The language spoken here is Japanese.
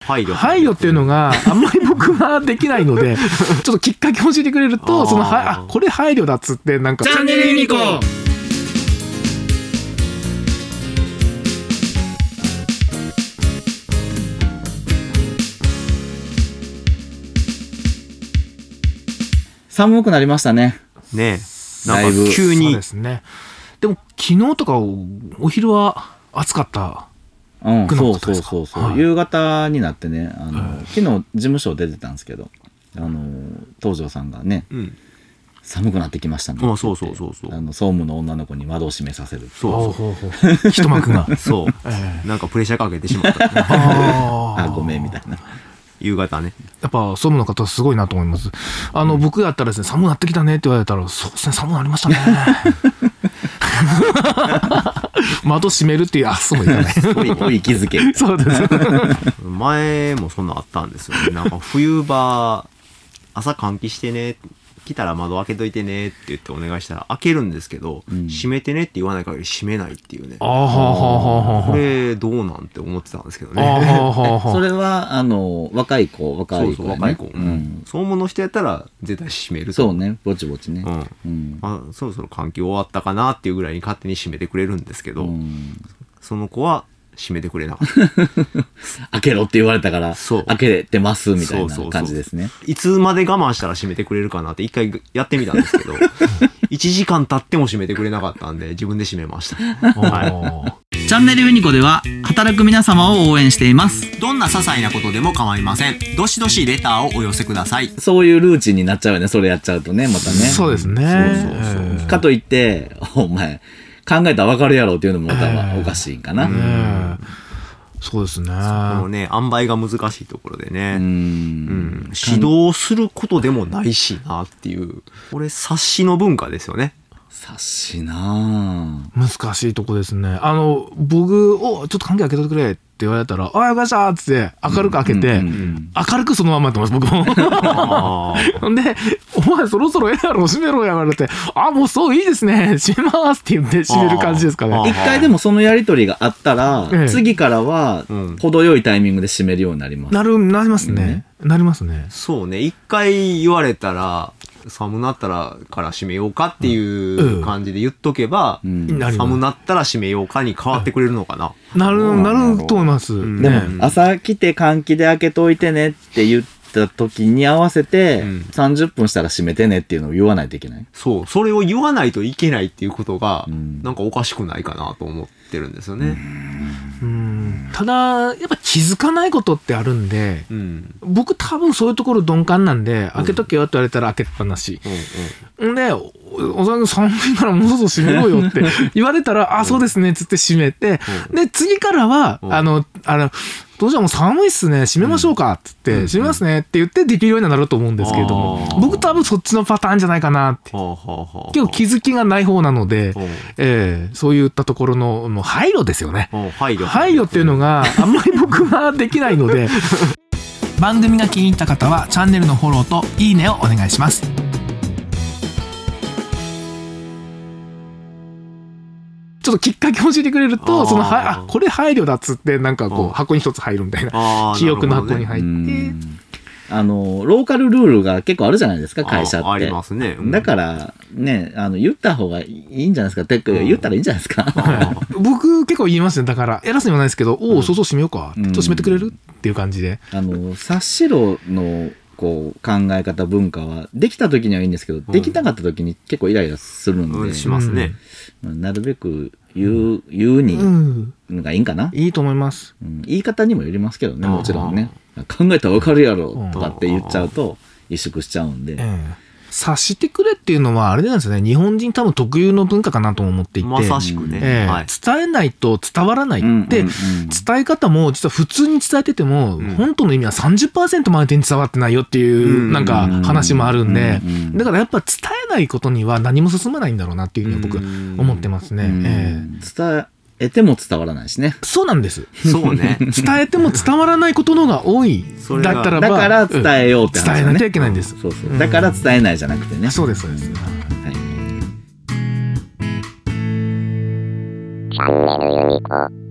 配慮配慮っていうのがあんまり僕はできないの でちょっときっかけ教えてくれるあーとそのはあこれ配慮だっつってなんかャンネルユニコーン寒くなりましたね。ねえなだいんぶか急そうにですねでも昨日とかおお昼は暑かったうん、くなかそったうでそうすかそうそう、はい夕方になってねあの、昨日事務所出てたんですけどあの東條さんがねうん寒くなってきましたねあそうそうそうそうあの総務の女の子に窓を閉めさせるそうほうほうほう一幕 がそうそえ うなんかプレッシャーかけてしまった ああーごめんみたいな夕方ねやっぱ総務の方すごいなと思いますあの、僕やったらですね寒くなってきたねって言われたらそうですね寒くなりました ね窓閉めるっていうあそうだねおいおい気づけみ たいそうです前もそんなんあったんです よねなんか冬場朝換気してね来たら窓開けといてねって言ってお願いしたら開けるんですけど、うん閉めてねって言わない限り閉めないっていうねあーはあはあはあ これどうなんて思ってたんですけど あーはねあはあなはあそれはあの若い子若 そいう子そうやね若い子、ううんん、総務の人やったら絶対閉めるそうね、ねぼちぼちねうんうん、あそろそろ換気終わったかなっていうぐらいに勝手に閉めてくれるんですけど、うんその子は閉めてくれなかった開けろって言われたからそう開けてます みたいそうそうそうな感じですねいつまで我慢したら閉めてくれるかなって一回やってみたんですけ ど1時間経っても閉めてくれなかったんで自分で閉めま したはチャンネルユニコでは働く皆様を応援していますいどんな些細なことでも構いませんどしどしレターをお寄せくださいそういうルーチンになっちゃうよねそれやっちゃうとねまたねそうですねそうそうそうえーかといって、お前、考えたらわかるやろっていうのもまたはおかしいかな。うねえそうですねこのね塩梅が難しいところでね、うん。ん指導することでもないしなっていうこれ冊子の文化ですよ ね察しなぁ。難しいとこですねあの僕をちょっと関係開けといてくれって言われたら「あよかした」っつって明るく開けて、うんうん明るくそのままやってます僕も あーほんで「お前そろそろええやろ閉めろや」言われて「あもうそういいですね閉めます」って言って閉める感じですかあねー一回でもそのやりとりがあったら、ええ次からはうん、程よいタイミングで締めるようになります。なるなりますね、なりますねそうね一回言われたら寒なったらから閉めようかってうんいううん感じで言っとけば、うんなります寒なったら閉めようかに変わってくれるのかな、なるなると思います、んでねも、朝来て換気で開けといてねって言った時に合わせて、うん30分したら閉めてねっていうのを言わないといけない。そうそれを言わないといけないっていうことが、うんなんかおかしくないかなと思ってるんですよねうんただやっぱ気づかないことってあるんでうん、うん僕多分そういうところ鈍感なんで「開けとけよ」って言われたら開けっぱなし、うんんで、おお酒寒いからもうそろそろ閉めろよって 言われたら、あ、そうですね、っつって閉めて、うんで、次からは、うんあの、あの、どうじゃもう寒いっすね、閉めましょうか、っつって、閉めますねって言ってできるようになると思うんですけれどもあ、ー僕多分そっちのパターンじゃないかなって。はあはあはあ結構気づきがない方なのでうん、ええそういったところの、もう配慮ですよね。うん配慮配慮っていうのが あんまり僕はできないので 番組が気に入った方はチャンネルのフォローといいねをお願いしますちょっときっかけ教えてくれるあとーそのはあこれ配慮だっつってなんかこうんう箱に一つ入るみたいなあー記憶のな箱にるほどね入うってんあの、ローカルルールが結構あるじゃないですか、会社って。あーありますね、うんだから、ね、あの、言った方がいいんじゃないですか。てかうん言ったらいいんじゃないですか。あ 僕結構言いますねだから偉そうにもないですけど「おおそうそう閉めようか」うんちょっと閉めてくれるっていう感じで あの、察しろの、こう、考え方、文化は、できた時にはいいんですけど、できなかった時に結構イライラするんで、ーうんしますね、まあなるべく言う、言うに、うんのがいいんかな、いいと思いますうん言い方にもよりますけどね、もちろんねあ。考えたらわかるやろ、とかって言っちゃうと、萎縮しちゃうんで。察してくれっていうのはあれなんですよね日本人多分特有の文化かなとも思っていて、まさしくね、ええはい伝えないと伝わらない、うんでうん伝え方も実は普通に伝えてても、うん本当の意味は30%までに伝わってないよっていううんなんか話もあるんで、うんうんだからやっぱ伝えないことには何も進まないんだろうなっていうふうに僕はうん思ってますね、うんええ伝えても伝わらないしね。そうなんですそう ね伝えても伝わらないことの方が多いそれがだったらばだから伝えようってうん話だ伝ねえなきゃいけないんです、そうそうう。んだから伝えないじゃなくてね。そうですそうです、はいチャンネルユニコ。